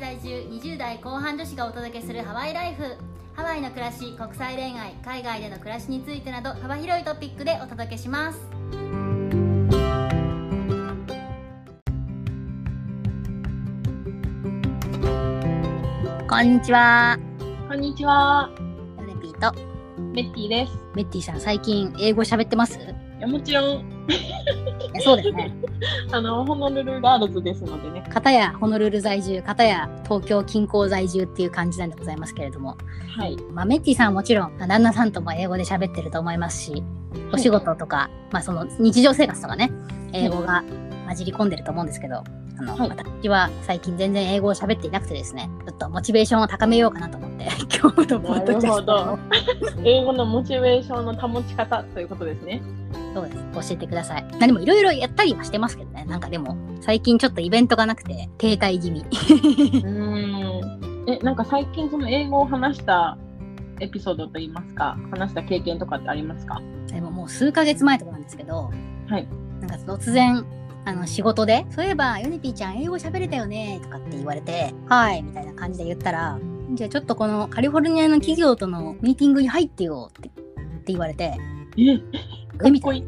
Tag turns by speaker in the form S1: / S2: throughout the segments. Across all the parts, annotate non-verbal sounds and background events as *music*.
S1: 20代後半女子がお届けするハワイライフハワイの暮らし国際恋愛海外での暮らしについてなど幅広いトピックでお届けしますこんにちは
S2: こんにちは、
S1: ヨネピーと
S2: メッティです。
S1: メッティさん最近英語喋ってますい
S2: いやもちろん、
S1: やそうですね
S2: あのホノルルガールズですのでね。
S1: *laughs* 片やホノルル在住片や東京近郊在住っていう感じなんでございますけれども、
S2: はい。
S1: まあ、メッティさんはもちろん旦那さんとも英語で喋ってると思いますしお仕事とか、まあ、その日常生活とかね英語が混じり込んでると思うんですけどあの、
S2: はい
S1: 私は最近全然英語を喋っていなくてですねちょっとモチベーションを高めようかなと思って *laughs* 今日のポッドキャスト
S2: な
S1: を
S2: る英語のモチベーションの保ち方ということですね。
S1: そうです教えてください何もいろいろやったりはしてますけどねなんかでも最近ちょっとイベントがなくて停滞気味
S2: うーん。え、なんか最近その英語を話したエピソードといいますか、話した経験とかってありますか？
S1: でももう数ヶ月前とかなんですけど、
S2: はい
S1: なんか突然あの仕事で「そういえばヨネピーちゃん英語喋れたよね」とかって言われて「はい」みたいな感じで言ったら「じゃあちょっとこのカリフォルニアの企業とのミーティングに入ってよ」ってって言われて
S2: え、
S1: 「
S2: か
S1: え
S2: っ
S1: みた
S2: こい
S1: い
S2: い。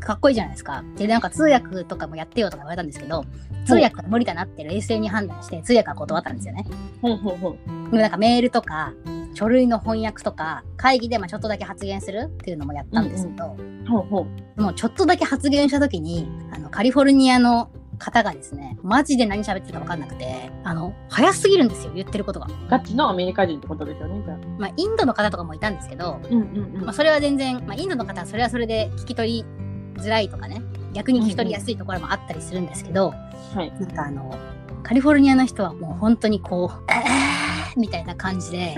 S1: なかっこいいじゃないですか」でなんか通訳とかもやってよとか言われたんですけど通訳は無理だなって冷静に判断して通訳は断ったんですよね。
S2: ほうほうほう。
S1: でもなんかメールとか書類の翻訳とか会議でまあちょっとだけ発言するっていうのもやったんですけど、
S2: ほうほう。
S1: もうちょっとだけ発言した時に、あの、カリフォルニアの方がですね、マジで何喋ってるか分かんなくて、あの、早すぎるんですよ、言ってることが。
S2: ガチのアメリカ人ってことですよね。じゃあ。
S1: まあ、インドの方とかもいたんですけど、
S2: うんうんうん
S1: まあ、それは全然、まあ、インドの方はそれはそれで聞き取りづらいとかね、逆に聞き取りやすいところもあったりするんですけど、
S2: はい。
S1: なんかあの、カリフォルニアの人はもう本当にこう、えーみたいな感じで、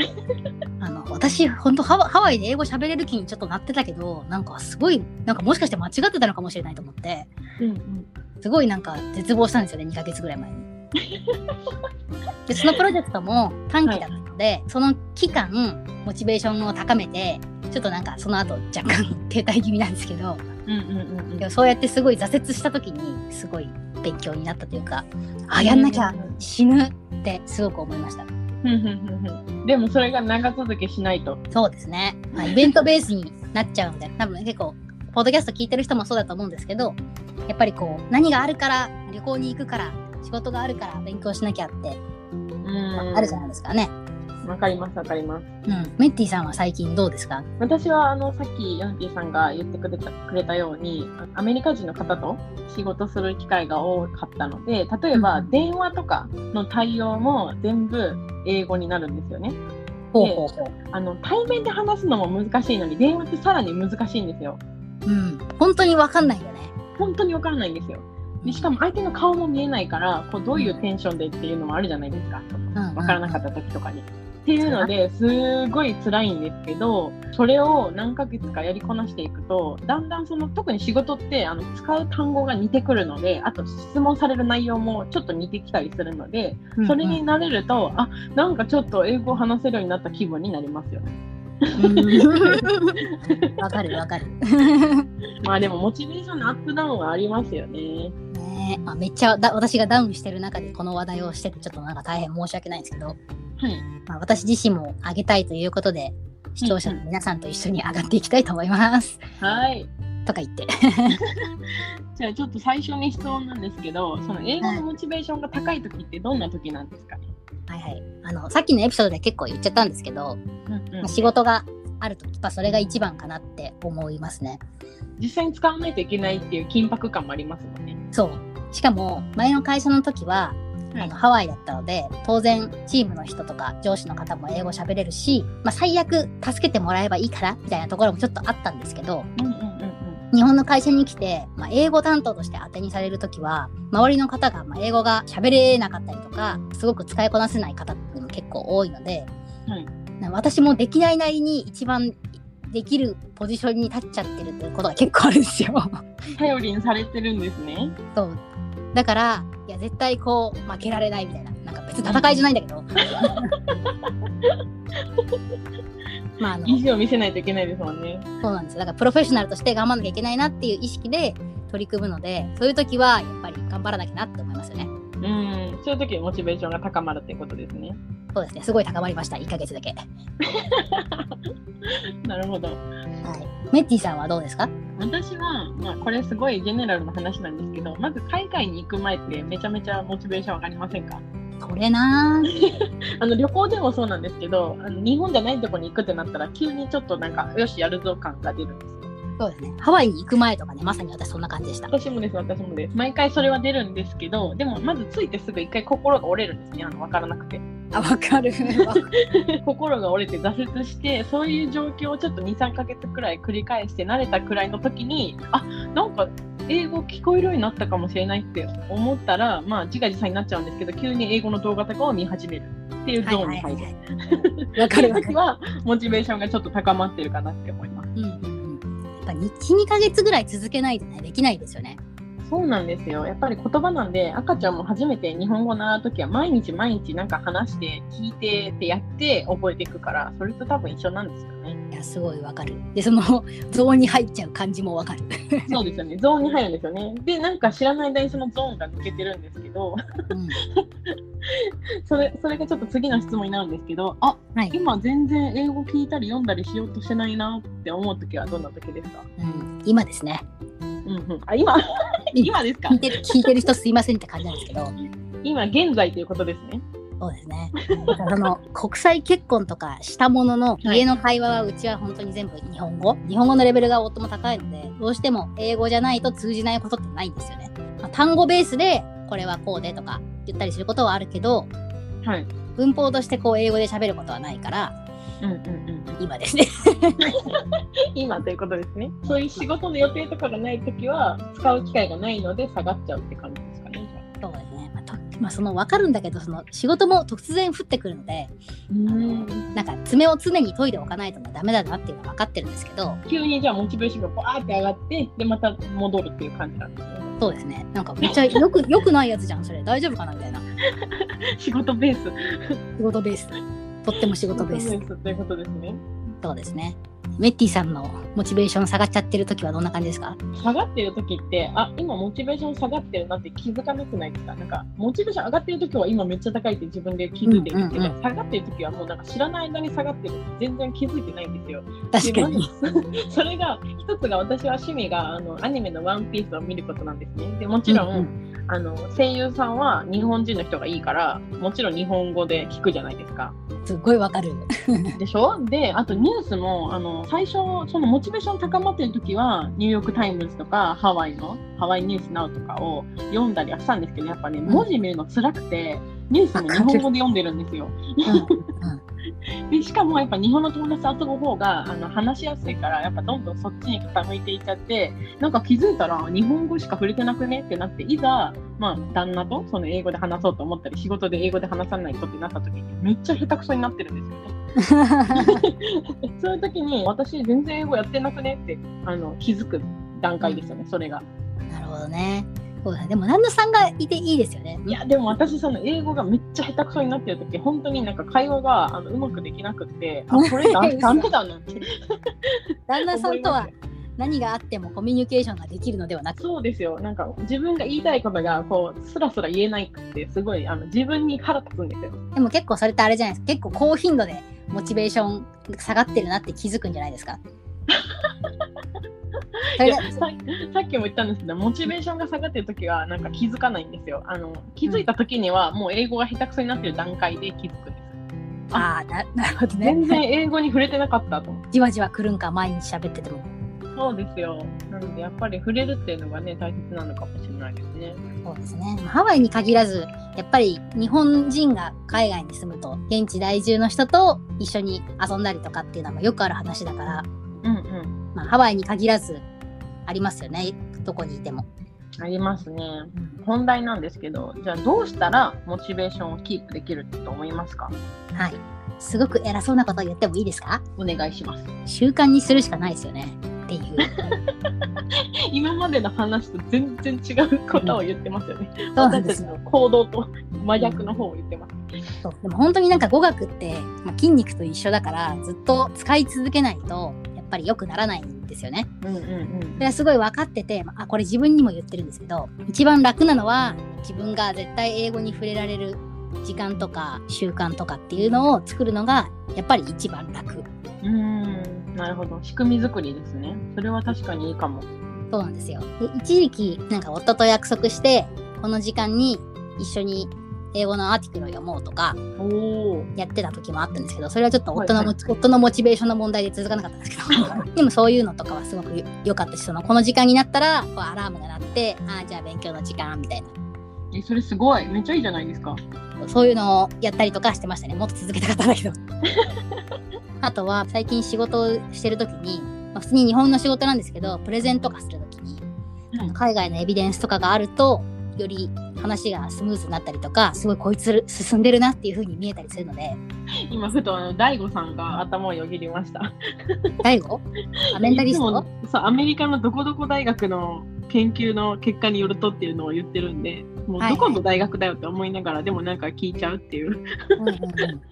S1: あの、私、本当ハワハワイで英語喋れる気にちょっとなってたけど、なんかすごい、なんかもしかして間違ってたのかもしれないと思って、
S2: うんうん。
S1: すごいなんか絶望したんですよね2ヶ月ぐらい前に。でそのプロジェクトも短期だったので、その期間モチベーションを高めてちょっとなんかその後若干停滞気味なんですけど
S2: うんうんうんうん
S1: でもそうやってすごい挫折した時にすごい勉強になったというかあやんなきゃ死ぬってすごく思いました
S2: うんうんうんうんでもそれが長続きしないと。
S1: そうですね、まあ、イベントベースになっちゃうので多分結構ポッドキャスト聞いてる人もそうだと思うんですけどやっぱりこう何があるから旅行に行くから仕事があるから勉強しなきゃって
S2: うん
S1: あるじゃないですかね。
S2: わかりますわかります。
S1: うん、メッティさんは最近どうですか？
S2: 私はあのさっきヨンティさんが言ってくれたくれたようにアメリカ人の方と仕事する機会が多かったので例えば
S1: うん
S2: 電話とかの対応も全部英語になるんですよね
S1: ほうほうほ
S2: あの対面で話すのも難しいのに電話ってさらに難しいんですよ
S1: う。うん、本当にわかんないよね。
S2: 本当にわからないんですよでしかも相手の顔も見えないからこうどういうテンションでっていうのもあるじゃないですか
S1: うん、
S2: わからなかった時とかに。っていうのですごい辛いんですけどそれを何ヶ月かやりこなしていくとだんだんその特に仕事ってあの使う単語が似てくるのであと質問される内容もちょっと似てきたりするので
S1: うんうん。
S2: それに慣れると、あなんかちょっと英語を話せるようになった気分になりますよね。
S1: *laughs* うんわかるわかる。
S2: まあでもモチベーションのアップダウンはありますよね。
S1: ねえ、まあめっちゃだ私がダウンしてる中でこの話題をしててちょっとなんか大変申し訳ないんですけど、
S2: はい、
S1: まあ、私自身も上げたいということで視聴者の皆さんと一緒に上がっていきたいと思います。 *laughs*
S2: はい
S1: とか言って。
S2: じゃあちょっと最初に質問なんですけどその英語のモチベーションが高い時ってどんな時なんですか、
S1: はいはい。あのさっきのエピソードで結構言っちゃったんですけど、
S2: うんうん
S1: まあ仕事があるときはそれが一番かなって思いますね。
S2: 実際に使わないといけないっていう緊迫感もありますもんね。
S1: そう。しかも、前の会社の時は、
S2: はい
S1: あのハワイだったので、当然、チームの人とか上司の方も英語喋れるし、まあ、最悪、助けてもらえばいいから、みたいなところもちょっとあったんですけど、
S2: うんうんうん
S1: 日本の会社に来て、まあ、英語担当として当てにされる時は、周りの方が、まあ、英語が喋れなかったりとか、すごく使いこなせない方っていうのも結構多いので、
S2: はい
S1: な私もできないなりに一番できるポジションに立っちゃってるっていうことが結構あるんですよ。
S2: うん。頼りにされてるんですね。
S1: そうだからいや絶対こう負けられないみたいななんか別に戦いじゃないんだけど *laughs* まああの
S2: 意地を見せないといけないですもんね。
S1: そうなんですよだからプロフェッショナルとして頑張らなきゃいけないなっていう意識で取り組むのでそういう時はやっぱり頑張らなきゃなって思いますよね
S2: うんうん、そういう時にモチベーションが高まるっていうことですね。
S1: そうですね、すごい高まりました、1ヶ月だけ。は
S2: なるほど。
S1: い。メッティさんはどうですか
S2: 私は、まあ、これすごいジェネラルの話なんですけど、まず海外に行く前ってめちゃめちゃモチベーション上がりませんか
S1: それなー
S2: あの旅行でもそうなんですけど、あの日本じゃないとこに行くってなったら、急にちょっとなんか、よし、やるぞ感が出るんですよ。
S1: そうですね。ハワイに行く前とかね、まさに私そんな感じでした。
S2: 私もです、私もです。毎回それは出るんですけど、でもまず着いてすぐ一回心が折れるんですね、あの分からなくて。 *laughs*
S1: あ、わか *laughs* る。
S2: 心が折れて挫折してそういう状況をちょっと23ヶ月くらい繰り返して慣れたくらいの時にあなんか英語聞こえるようになったかもしれないって思ったらまあ自画自賛になっちゃうんですけど急に英語の動画とかを見始めるっていうゾ
S1: はい
S2: ーン
S1: はい
S2: に
S1: は
S2: 入
S1: い
S2: る。
S1: はい。わかるわか
S2: 時
S1: る。
S2: はモチベーションがちょっと高まってるかなって思います。
S1: うんうんうん。やっぱ1、2ヶ月ぐらい続けないとね、できないですよね。
S2: そうなんですよやっぱり言葉なんで赤ちゃんも初めて日本語を習う時は毎日毎日なんか話して聞いてってやって覚えていくからそれと多分一緒なんですよね。
S1: *laughs* いや、すごいわかる。で、その、 *laughs* ゾーンに入っちゃう感じもわかる。
S2: そうですよね、ゾーンに入るんですよね。で、なんか知らない間にそのゾーンが抜けてるんですけど、 *laughs*
S1: うん。
S2: それそれがちょっと次の質問になるんですけど、あ
S1: はい。
S2: 今全然英語聞いたり読んだりしようとしてないなって思うときはどんなときですか、
S1: うん。今ですね。
S2: うんうん、
S1: *laughs*
S2: あ今今ですか
S1: 聞いてる、聞いてる人すいませんって感じなんですけど。
S2: 今現在ということですね。
S1: そうですね。だからその国際結婚とかしたものの
S2: はい
S1: 家の会話はうちは本当に全部日本語。日本語のレベルが夫も高いので、どうしても英語じゃないと通じないことってないんですよね。まあ単語ベースでこれはこうでとか言ったりすることはあるけど、
S2: はい。
S1: 文法としてこう英語で喋ることはないから、
S2: うんうんうん、
S1: 今ですね。
S2: 今ということですね。そういう仕事の予定とかがないときは、使う機会がないので下がっちゃうって感じですかね。じゃ
S1: そ
S2: あ
S1: うですね。まあ、とまあその分かるんだけど、その仕事も突然降ってくるので、
S2: うん
S1: なんか爪を常に研いでおかないとダメだなっていうのは分かってるんですけど、
S2: 急にじゃあモチベーションがバーって上がって、で、また戻るっていう感じなんですね。
S1: そうですね。なんかめっちゃよ
S2: *laughs*
S1: く、よくないやつじゃん、それ。大丈夫かなみたいな。
S2: 仕事ベース。
S1: 仕事ベースとっても仕事ベース
S2: ということですね。
S1: そうですねメッティさんのモチベーション下がっちゃってる時はどんな感じですか
S2: 下がってる時って、あ今モチベーション下がってるなって気づかなくないですかなんか、モチベーション上がってる時は今めっちゃ高いって自分で気づいてるけど、
S1: うんうん
S2: 下がってる時はもうなんか知らない間に下がってるって全然気づいてないんですよ。
S1: 確かに
S2: でまず *laughs* それが、一つが私は趣味があのアニメのワンピースを見ることなんですね。でもちろん、
S1: うん
S2: あの声優さんは日本人の人がいいから、もちろん日本語で聞くじゃないですか。
S1: うんすっごいわ
S2: *laughs*
S1: かる
S2: でしょであとニュースもあの最初そのモチベーション高まってる時はニューヨーク・タイムズとかハワイのハワイニュースナウとかを読んだりはしたんですけどやっぱね文字見るの辛くてニュースも日本語で読んでるんですよ。でしかもやっぱ日本の友達と遊ぶ方があの話しやすいからやっぱどんどんそっちに傾いていっちゃってなんか気づいたら日本語しか触れてなくねってなっていざ、まあ、旦那とその英語で話そうと思ったり仕事で英語で話さないとってなった時にめっちゃ下手くそになってるんですよね。そういう時に私全然英語やってなくねってあの気づく段階ですよね、それが。
S1: *laughs* なるほどねそうだねでも旦那さんがいていいですよね
S2: いやでも私その英語がめっちゃ下手くそになってる時本当になんか会話があのうまくできなくってあこれダ
S1: 嘘
S2: ダメだなって
S1: 旦那さ
S2: 思
S1: ん
S2: い
S1: と
S2: ま
S1: は
S2: すよ。
S1: 何があってもコミュニケーションができるのではなく
S2: そうですよなんか自分が言いたいことがこうスラスラ言えないくってすごいあの自分に腹立つんですよ。
S1: でも結構それってあれじゃないですか結構高頻度でモチベーション下がってるなって気づくんじゃない
S2: *laughs*
S1: ですかそ
S2: い
S1: れ
S2: や
S1: が
S2: ささっきも言ったんですけどモチベーションが下がってる時はなんか気づかないんですよ。あの気づいた時にはもう英語が下手くそになってる段階で気づくんです。
S1: ああななるほどね
S2: 全然英語に触れてなかったと思って
S1: じわじわ来るんか毎日喋ってても
S2: そうですよ。なので、やっぱり触れるっていうのがね、大切なのかもしれないですね。
S1: そうですね。まあハワイに限らず、やっぱり日本人が海外に住むと、現地在住の人と一緒に遊んだりとかっていうのはよくある話だから、
S2: うんうん。
S1: まあ、ハワイに限らずありますよね。どこにいても。
S2: ありますね。本題なんですけど、じゃあどうしたらモチベーションをキープできると思いますか
S1: はい。すごく偉そうなことを言ってもいいですか
S2: お願いします。
S1: 習慣にするしかないですよね。っていう。
S2: *laughs* 今までの話と全然違うことを言ってますよね。
S1: そうなん
S2: 私
S1: で
S2: たち
S1: すよ。
S2: の行動と真逆の方を言ってます。
S1: そうでも本当になんか語学って、まあ筋肉と一緒だから、ずっと使い続けないと、やっぱり良くならないんんですよね。
S2: うんうん
S1: それはすごい分かってて、まあ、これ自分にも言ってるんですけど、一番楽なのは自分が絶対英語に触れられる時間とか習慣とかっていうのを作るのがやっぱり一番楽。
S2: うん。うん。なるほど。仕組み作りですね。それは確かにいいかも。
S1: そうなんですよ。で一時期なんか夫と約束してこの時間に一緒に英語のアーティクルを読もうとか
S2: おお。
S1: やってた時もあったんですけどそれはちょっと夫のも、
S2: はい
S1: 夫のモチベーションの問題で続かなかったんですけ
S2: *laughs*
S1: どでもそういうのとかはすごく良かったしそのこの時間になったらこうアラームが鳴ってああじゃあ勉強の時間みたいな
S2: え、それすごい。めっちゃいいじゃないですか。
S1: そういうのをやったりとかしてましたね。もっと続けたかったんだけど。
S2: *laughs*
S1: あとは最近仕事をしてる時に、まあ、普通に日本の仕事なんですけどプレゼントとかする時に、
S2: はい
S1: 海外のエビデンスとかがあるとより話がスムーズになったりとかすごいこいつ進んでるなっていう風に見えたりするので
S2: 今、ふと、あの、大悟さんが頭をよぎりました。
S1: 大悟アメンタリス
S2: いつ
S1: ト
S2: もそうアメリカのどこどこ大学の研究の結果によるとっていうのを言ってるんでもう
S1: はいはい
S2: どこの大学だよって思いながら、でもなんか聞いちゃうっていう
S1: うんうんうん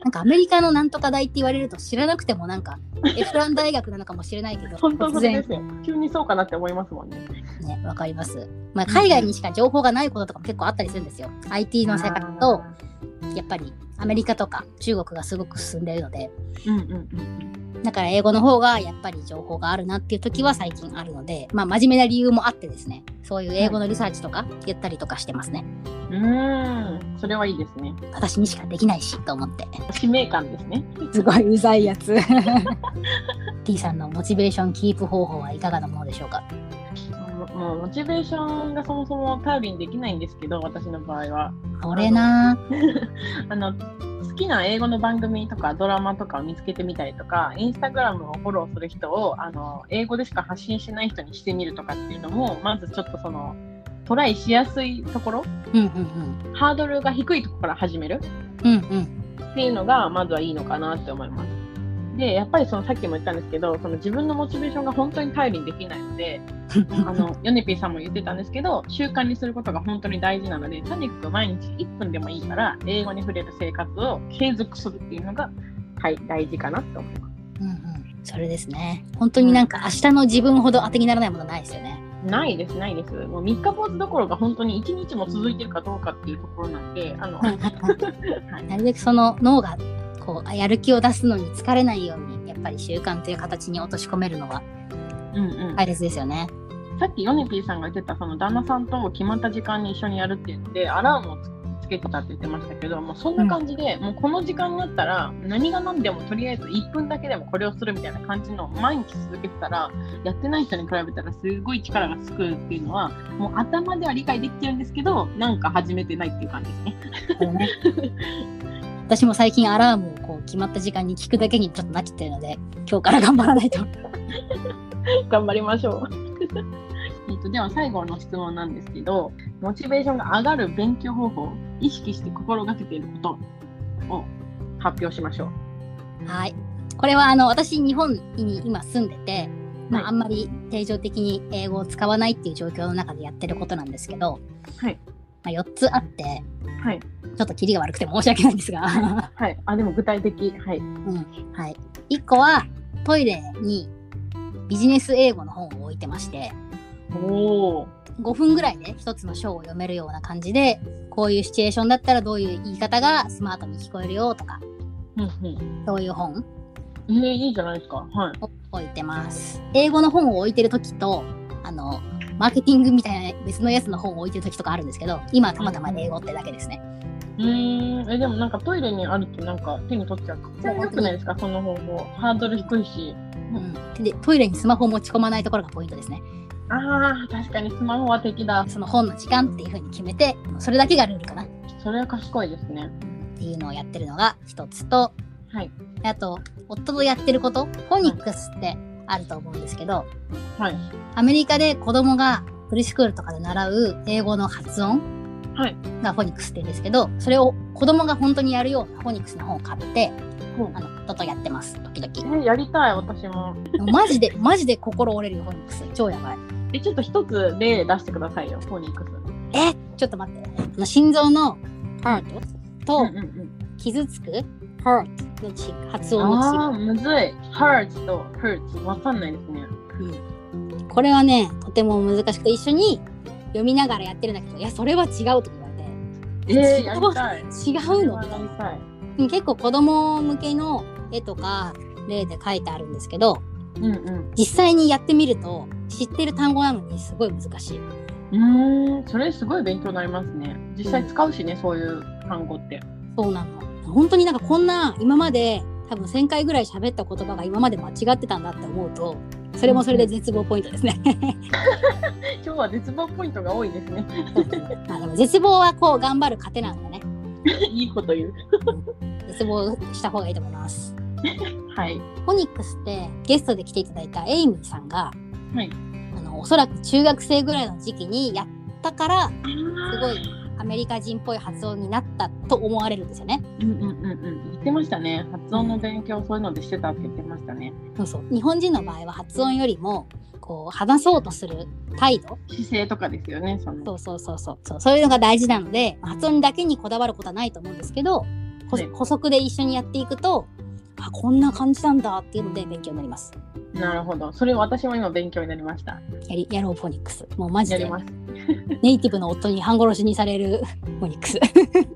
S1: なんかアメリカのなんとか大って言われると知らなくてもなん
S2: *laughs*
S1: かエフラン大学なのかもしれないけど
S2: 本当
S1: 突
S2: それ
S1: 然
S2: ですよ急にそうかなって思いますもんね
S1: ね、わかります。まあ、海外にしか情報がないこととかも結構あったりするんですよ。IT の世界と、やっぱりアメリカとか中国がすごく進んでいるので、
S2: うんうんうん
S1: だから英語の方がやっぱり情報があるなっていう時は最近あるので、まあ、真面目な理由もあってですね、そういう英語のリサーチとかやったりとかしてますね。
S2: うんうーんそれはいいですね
S1: 私にしかできないしと思って。
S2: 使命感ですね
S1: すごいうざい *laughs* やつ。T さんのモチベーションキープ方法はいかがなものでしょうか
S2: もうもうモチベーションがそもそも頼りにできないんですけど私の場合は
S1: これなぁ
S2: あの好きな英語の番組とかドラマとかを見つけてみたりとかインスタグラムをフォローする人をあの英語でしか発信しない人にしてみるとかっていうのもまずちょっとそのトライしやすいところ
S1: うんうん
S2: ハードルが低いところから始める
S1: うん。うんうん。
S2: っていうのがまずはいいのかなって思います。でやっぱりそのさっきも言ったんですけどその自分のモチベーションが本当に頼りにできないのであのヨネピーさんも言ってたんですけど習慣にすることが本当に大事なのでとにかく毎日1分でもいいから英語に触れる生活を継続するっていうのが、はい、大事かなと思います。
S1: うんうん、それですね。本当になんか明日の自分ほど当てにならないものないですよね。
S2: ないですないですもう3日坊主どころが本当に1日も続いてるかどうかっていうところなんであの、
S1: *laughs* なるべくその脳がこうやる気を出すのに疲れないようにやっぱり習慣という形に落とし込めるのは
S2: うんうん
S1: 大切ですよね。
S2: さっきヨネピーさんが言ってたその旦那さんと決まった時間に一緒にやるって言ってアラームをつつけてたって言ってましたけどもうそんな感じで、もうこの時間になったら何が何でもとりあえず1分だけでもこれをするみたいな感じのを毎日続けてたらやってない人に比べたらすごい力がつくっていうのはもう頭では理解できてるんですけどなんか始めてないっていう感じですね。
S1: こうね *laughs* 私も最近アラームをこう決まった時間に聞くだけにちょっとなっちゃってるので今日から頑張らないと。
S2: 頑張りましょう。 *laughs* えっとでは最後の質問なんですけど、モチベーションが上がる勉強方法、意識して心がけていることを発表しましょう。
S1: はい。これはあの私日本に今住んでて、ま
S2: はい
S1: あ、あんまり定常的に英語を使わないっていう状況の中でやってることなんですけど、
S2: はい
S1: まあ、4つあって、
S2: はい
S1: ちょっとキリが悪くて申し訳ないんですが、 *laughs* は
S2: はい。あでも具体的。はい。
S1: い、1個はトイレにビジネス英語の本を置いてまして
S2: おお。
S1: 5分ぐらいで1つの章を読めるような感じでこういうシチュエーションだったらどういう言い方がスマートに聞こえるよとか
S2: うんうん。
S1: そういう本
S2: えー、いいじゃないですか。はい。
S1: を置いてます。英語の本を置いてる時と、あの、マーケティングみたいな別のやつの本を置いてる時とかあるんですけど、今はたまたま英語ってだけですね。
S2: うーん。えでもなんかトイレにあるとなんか手に取っちゃうかも。それ良くないですかその方法。ハードル低いし。
S1: うん、でトイレにスマホを持ち込まないところがポイントですね。
S2: ああ確かにスマホは敵だ。
S1: その本の時間っていう風に決めて、それだけがルールかなっ
S2: それは賢いですね。
S1: ていうのをやってるのが一つと、
S2: はい。
S1: あと、夫とやってること、フォニックスってあると思うんですけど、
S2: はい。
S1: アメリカで子供がプリスクールとかで習う英語の発音
S2: はい
S1: がフォニックスって言うんですけど、それを子供が本当にやるようなフォニックスの本を買って
S2: ほう、
S1: あの、人とやってます、時
S2: え
S1: 々。
S2: ー、やりたい私も。
S1: マジ
S2: *laughs*
S1: で、マジで心折れるよ、フォニックス。超やばい。
S2: え、ちょっと一つ例出してくださいよ、フォニックス。
S1: えちょっと待って。あの心臓の hurt
S2: うん
S1: と
S2: うんうん。
S1: 傷つく hurt のち発音の
S2: ああ、むずい。hurts と hurts。わかんないですね。
S1: 違うん、これはねとても難しくて一緒に読みながらやってるんだけどいやそれは違うとか言われて
S2: えー、やりたい。
S1: 違うのみた
S2: や
S1: い
S2: り
S1: な
S2: たい。
S1: うん結構子供向けの絵とか例で書いてあるんですけど
S2: うん
S1: 実際にやってみると知ってる単語なのにすごい難しい。
S2: うん。うーん、それすごい勉強になりますね。実際使うしね、そういう単語って。
S1: そうなの本当になんかこんな今まで多分1,000回ぐらい喋った言葉が今まで間違ってたんだって思うとそれもそれで絶望ポイントですね。
S2: 今日は絶望ポイントが多いですね。
S1: *laughs* まあでも絶望はこう頑張る糧なんだね
S2: *laughs* いいこと言う。
S1: 絶望した方がいいと思います。
S2: はい。
S1: フォニックスってゲストで来ていただいたエイミーさんが、
S2: はい
S1: あのおそらく中学生ぐらいの時期にやったからすごいアメリカ人っぽい発音になったと思われるんですよね。
S2: うんうんうんうん。言ってましたね。発音の勉強そういうのでしてたって言ってましたね。
S1: そうそう日本人の場合は発音よりもこう話そうとする態度
S2: 姿勢とかですよね。その
S1: そうそうそうそうそうそういうのが大事なので発音だけにこだわることはないと思うんですけど、ほ
S2: はい
S1: 補足で一緒にやっていくとあこんな感じなんだっていうので勉強になります。
S2: なるほど。それ私も今勉強になりました。
S1: やりやろうフォニックスもうマジ
S2: やり
S1: で
S2: ます。
S1: ネイティブの夫に半殺しにされる *laughs* フォニックス。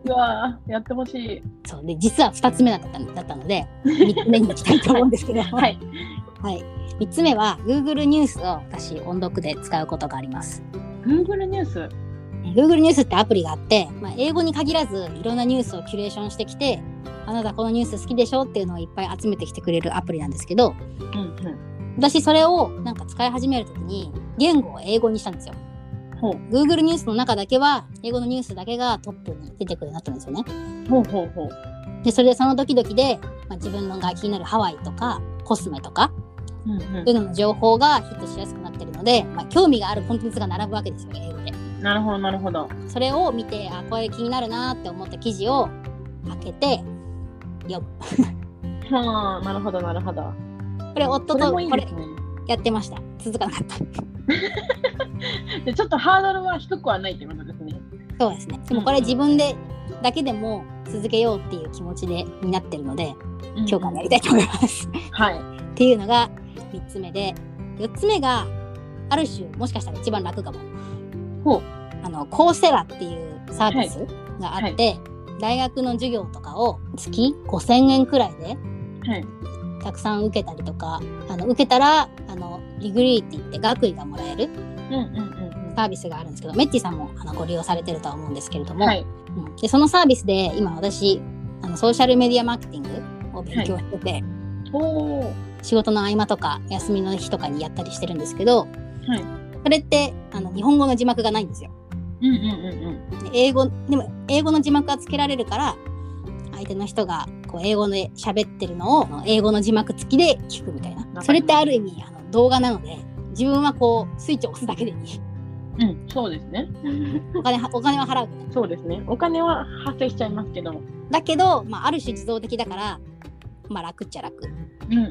S2: うわーやってほしい。
S1: そうで実は2つ目だっただったので3つ目に行きたいと思うんです
S2: *laughs*
S1: けど、
S2: はい。
S1: はい、3つ目は Google ニュースを私音読で使うことがあります
S2: Google ニュース。
S1: Google ニュースってアプリがあって、まあ、英語に限らずいろんなニュースをキュレーションしてきてあなたこのニュース好きでしょっていうのをいっぱい集めてきてくれるアプリなんですけど
S2: うんうん。
S1: 私それをなんか使い始めるときに言語を英語にしたんですよ
S2: ほう
S1: Google ニュースの中だけは英語のニュースだけがトップに出てくるようになったんですよね
S2: ほうほうほう。
S1: でそれでそのドキドキで、まあ、自分のが気になるハワイとかコスメとか
S2: うん
S1: そういうのの情報がヒットしやすくなってるので、まあ、興味があるコンテンツが並ぶわけですよ英語で。
S2: うん。なるほどなるほど。
S1: それを見てあこれ気になるなって思った記事を開けて
S2: はあなるほどなるほど。
S1: これ夫
S2: それ
S1: と
S2: もいい
S1: こ
S2: で
S1: れ
S2: すね。
S1: やってました続かなか
S2: *laughs*
S1: った
S2: でちょっとハードルは低くはないってことですね。
S1: そうですねでもこれ自分でだけでも続けようっていう気持ちでになってるので今日からやりたいと思い
S2: *laughs*
S1: ます。
S2: はい。
S1: っていうのが3つ目で4つ目がある種もしかしたら一番楽かも
S2: ほう。
S1: あのコーセラっていうサービスがあって、大学の授業とかを月5,000円くらいで
S2: はい。
S1: たくさん受けたりとかあの受けたらあのリグリーって言って学位がもらえる
S2: うんうんうん
S1: サービスがあるんですけどメッティさんもあのご利用されてるとは思うんですけれど
S2: うん。
S1: も、
S2: はい。
S1: うんでそのサービスで今私あのソーシャルメディアマーケティングを勉強してて、
S2: おお。は
S1: 仕事の合間とか休みの日とかにやったりしてるんですけど
S2: い。
S1: それってあの日本語の字幕がないんですよ。
S2: うんうんうんう
S1: で
S2: ん。
S1: 英語でも英語の字幕はつけられるから相手の人がこう英語で喋ってるのをあの英語の字幕付きで聞くみたい
S2: るほど
S1: なそれってある意味あの動画なので自分はこうスイッチを押すだけでいい
S2: うん、そうですね。
S1: お金はお金は払うけど
S2: そうですね。お金は発生しちゃいますけど。う
S1: だけど、まあ、ある種自動的だから、まあ、楽っちゃ楽
S2: んうんう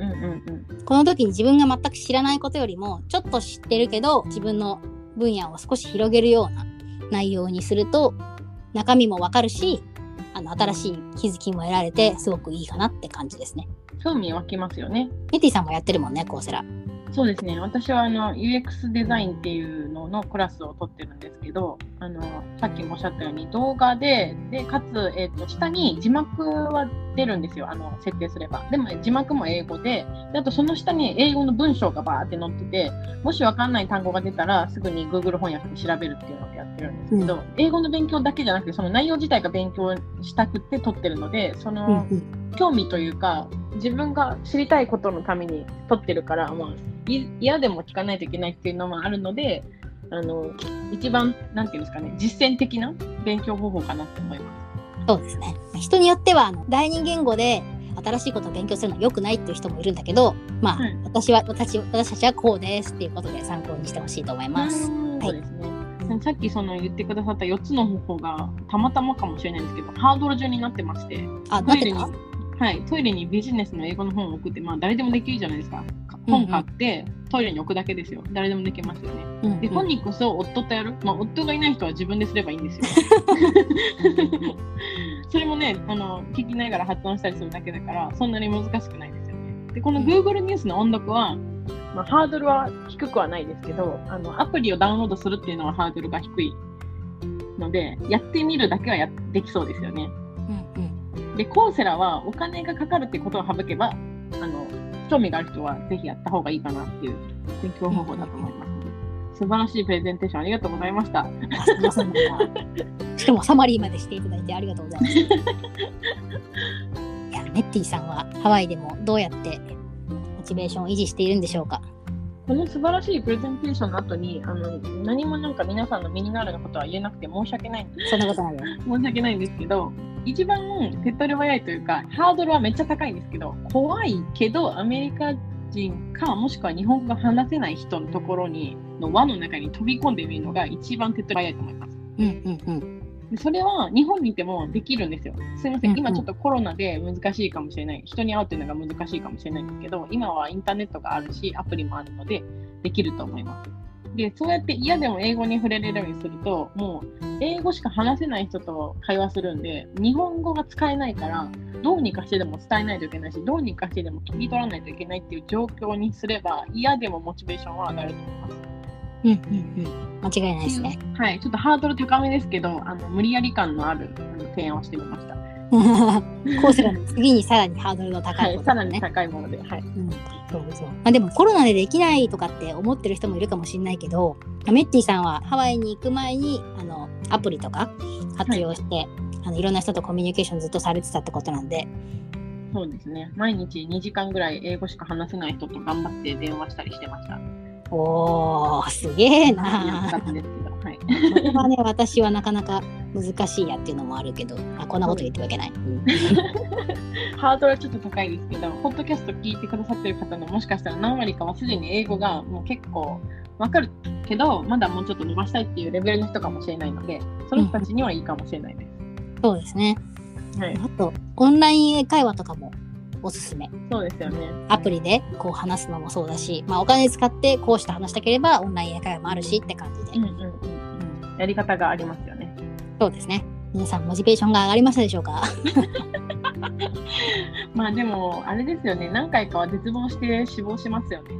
S2: ん
S1: この時に自分が全く知らないことよりもちょっと知ってるけど自分の分野を少し広げるような内容にすると中身もわかるしあの新しい気づきも得られてすごくいいかなって感じですね。
S2: うん。興味湧きますよね。
S1: メティさんもやってるもんね、コーセラ。
S2: そうですね。私はあの UX デザインっていうののクラスを取ってるんですけど、あのさっきもおっしゃったように動画で、でかつ、えっと下に字幕は出るんですよ、あの設定すれば。でも字幕も英語でで、あとその下に英語の文章がバーって載ってて、もしわかんない単語が出たら、すぐに Google 翻訳で調べるっていうのをやってるんですけど、英語の勉強だけじゃなくて、その内容自体が勉強したくて取ってるので、その。
S1: うん
S2: 興味というか自分が知りたいことのために撮ってるから、まあ、い嫌でも聞かないといけないっていうのもあるのであの一番なんていうんですかね実践的な勉強方法かなと思いま
S1: そうですね。人によっては、あの第二言語で新しいことを勉強するのは良くないっていう人もいるんだけど、まあ、
S2: はい。
S1: 私は、私、私たちはこうですっていうことで参考にしてほしいと思いますす。
S2: そうですねさっきその言ってくださった4つの方法がたまたまかもしれないんですけどハードル順になってまして
S1: あ、
S2: ト
S1: なっ
S2: イ
S1: て
S2: レに、
S1: た
S2: はい、トイレにビジネスの英語の本を送って、まあ、誰でもできるじゃないですか
S1: うんうん
S2: 本買って、トイレに置くだけですよ誰でもできますよね
S1: うん
S2: で、
S1: う
S2: 本
S1: ん
S2: 人こそ夫とやる、まあ、夫がいない人は自分ですればいいんですよ。
S1: *laughs*
S2: それもねあの、聞きながら発音したりするだけだから、そんなに難しくないですよね。で、この Google ニュースの音読は、まあ、ハードルは低くはないですけどあのアプリをダウンロードするっていうのはハードルが低いのでやってみるだけはやできそうですよね。
S1: うん
S2: でコーセラはお金がかかるってことを省けばあの興味がある人はぜひやった方がいいかなっていう勉強方法だと思います。素晴らしいプレゼンテーションありがとうございました。
S1: うん。あすいませんなんかしかもサマリーまでしていただいてありがとうございます。いや、ネッティさんはハワイでもどうやってモチベーションを維持しているんでしょうか。
S2: この素晴らしいプレゼンテーションの後にあの何もなんか皆さんの身になるようなことは言えなくて申し訳ない
S1: そんなことないよ。
S2: 申し訳ないんですけど一番手っ取り早いというかハードルはめっちゃ高いんですけど怖いけどアメリカ人かもしくは日本語が話せない人のところにの輪の中に飛び込んでみるのが一番手っ取り早いと思います。
S1: うんうんうん。
S2: でそれは日本にいてもできるんですよ。すいませ
S1: うん
S2: ん、
S1: うん
S2: 今ちょっとコロナで難しいかもしれない、人に会うっていうのが難しいかもしれないんですけど、今はインターネットがあるし、アプリもあるので、できると思います。で、そうやって嫌でも英語に触れれるようにすると、もう英語しか話せない人と会話するんで、日本語が使えないから、どうにかしてでも伝えないといけないし、どうにかしてでも切り取らないといけないっていう状況にすれば、嫌でもモチベーションは上がると思います。
S1: うんうんうん。間違いないですね。
S2: はい、ちょっとハードル高めですけど、あの無理やり感のあるあの提案をしてみました。
S1: コースラの次にさらにハードルの高
S2: はいい、
S1: こと
S2: さ
S1: だ
S2: ら
S1: ね
S2: に。高いもので、はい、
S1: うんそうそうまあ、でもコロナでできないとかって思ってる人もいるかもしれないけどメッティさんはハワイに行く前にあのアプリとか活用して、い、あのいろんな人とコミュニケーションずっとされてたってことなんで
S2: そうですね。毎日2時間ぐらい英語しか話せない人と頑張って電話したりしてました。
S1: おーすげえ
S2: 楽しか
S1: な
S2: ったですけど、はい。
S1: これはね私はなかなか難しいやっていうのもあるけどあこんなこと言ってはいけない、うん
S2: ハードルはちょっと高いですけど、ポッドキャスト聞いてくださってる方のもしかしたら何割かはすでに英語がもう結構わかるけど、まだもうちょっと伸ばしたいっていうレベルの人かもしれないので、その人たちにはいいかもしれないで
S1: そうですね
S2: す。はい、
S1: あとオンライン英会話とかもおすすめ
S2: そうですよね。
S1: アプリでこう話すのもそうだし、まあ、お金使ってこうして話したければオンライン英会話もあるしって感じで
S2: うんうんうん
S1: うん
S2: うん。やり方がありますよね。
S1: そうですね。皆さん、モチベーションが上がりましたでしょうか
S2: まあでも、あれですよね。何回かは絶望して死亡しますよね。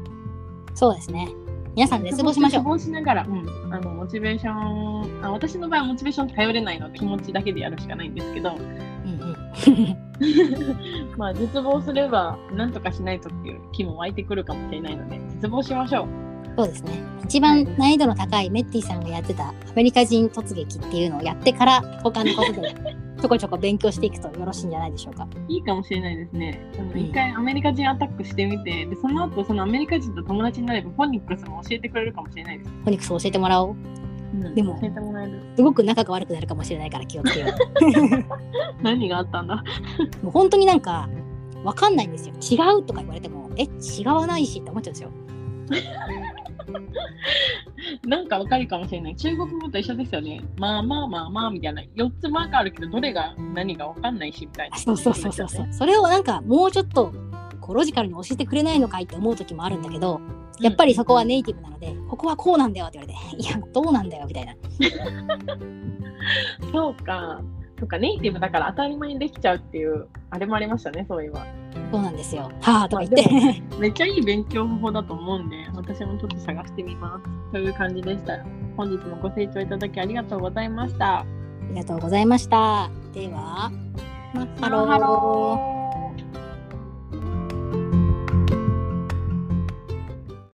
S1: そうですね。皆さん、絶望しましょ
S2: 絶
S1: う。
S2: 望しながら、うん、あのモチベーションあ、私の場合はモチベーション頼れないので気持ちだけでやるしかないんですけど、
S1: うんうん、
S2: まあ絶望すればなんとかしないとっていう気も湧いてくるかもしれないので、絶望しましょう。
S1: そうですね。一番難易度の高いメッティさんがやってたアメリカ人突撃っていうのをやってから、他のことで *laughs* ちょこちょこ勉強していくとよろしいんじゃないでしょうか。
S2: いいかもしれないですね。あの
S1: うん
S2: 一回アメリカ人アタックしてみて、でその後そのアメリカ人と友達になればフォニックスも教えてくれるかもしれないです。
S1: フォニックスを教えてもらおう。
S2: うん
S1: でも
S2: 教えてもらえる。
S1: すごく仲が悪くなるかもしれないから気をつけよう。 *laughs*
S2: 何があったんだ。
S1: もう本当になんか、わかんないんですよ。違うとか言われても、え、違わないしって思っちゃうんですよ。
S2: なんかわかるかもしれない。中国語と一緒ですよね。まあまあまあまあみたいな。4つマークあるけど、どれが何がわかんないしみたいな。
S1: そうそうそうそうそう。それをなんかもうちょっとこうロジカルに教えてくれないのかいって思う時もあるんだけど、やっぱりそこはネイティブなので、ここはこうなんだよって言われて、いや、どうなんだよみたいな。
S2: そうか。そうか、ネイティブだから当たり前にできちゃうっていう、あれもありましたね、そういえば。
S1: そうなんですよ。はあとか言っ
S2: まあ
S1: て。
S2: めっちゃいい勉強方法だと思うんで、私もちょっと探してみます。という感じでした。本日もご清聴いただきありがとうございました。
S1: ありがとうございました。では、マッハロー。
S2: ー。